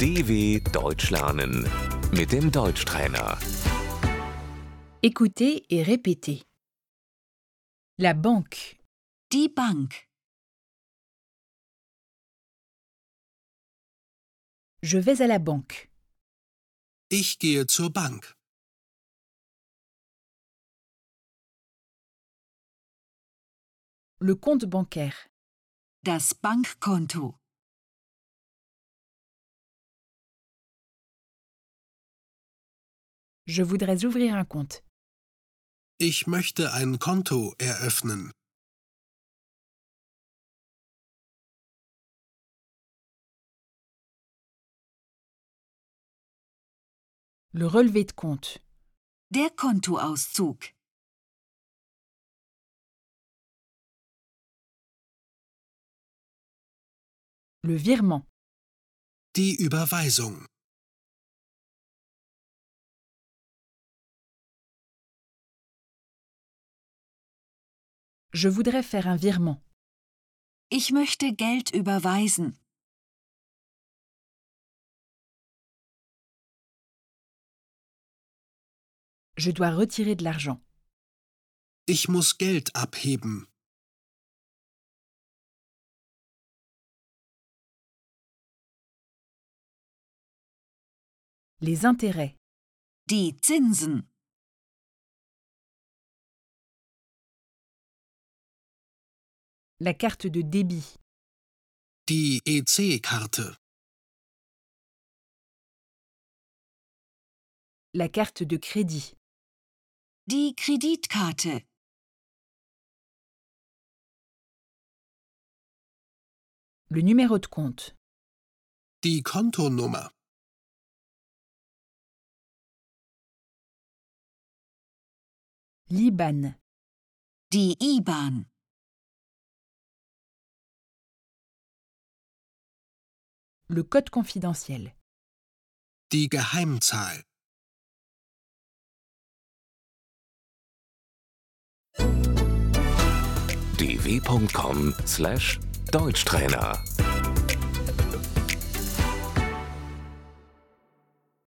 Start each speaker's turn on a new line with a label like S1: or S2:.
S1: DW Deutsch lernen mit dem Deutschtrainer.
S2: Écoutez et répétez. La banque,
S3: Die Bank.
S2: je vais à la banque.
S4: Ich gehe zur Bank.
S2: Le compte bancaire,
S3: Das Bankkonto.
S2: je voudrais ouvrir un compte.
S4: Ich möchte ein Konto eröffnen.
S2: Le relevé de compte,
S3: Der Kontoauszug.
S2: le virement,
S4: Die Überweisung.
S2: je voudrais faire un virement.
S3: Ich möchte Geld überweisen.
S2: Je dois retirer de l'argent.
S4: Ich muss Geld abheben.
S2: Les intérêts,
S3: Die Zinsen.
S2: la carte de débit,
S4: Die E EC-Karte.
S2: la carte de crédit,
S3: Die Kreditkarte.
S2: le numéro de compte,
S4: Die Kontonummer.
S2: l'IBAN,
S3: Die IBAN.
S2: le code confidentiel,
S4: Die Geheimzahl.
S1: dw.com/deutschtrainer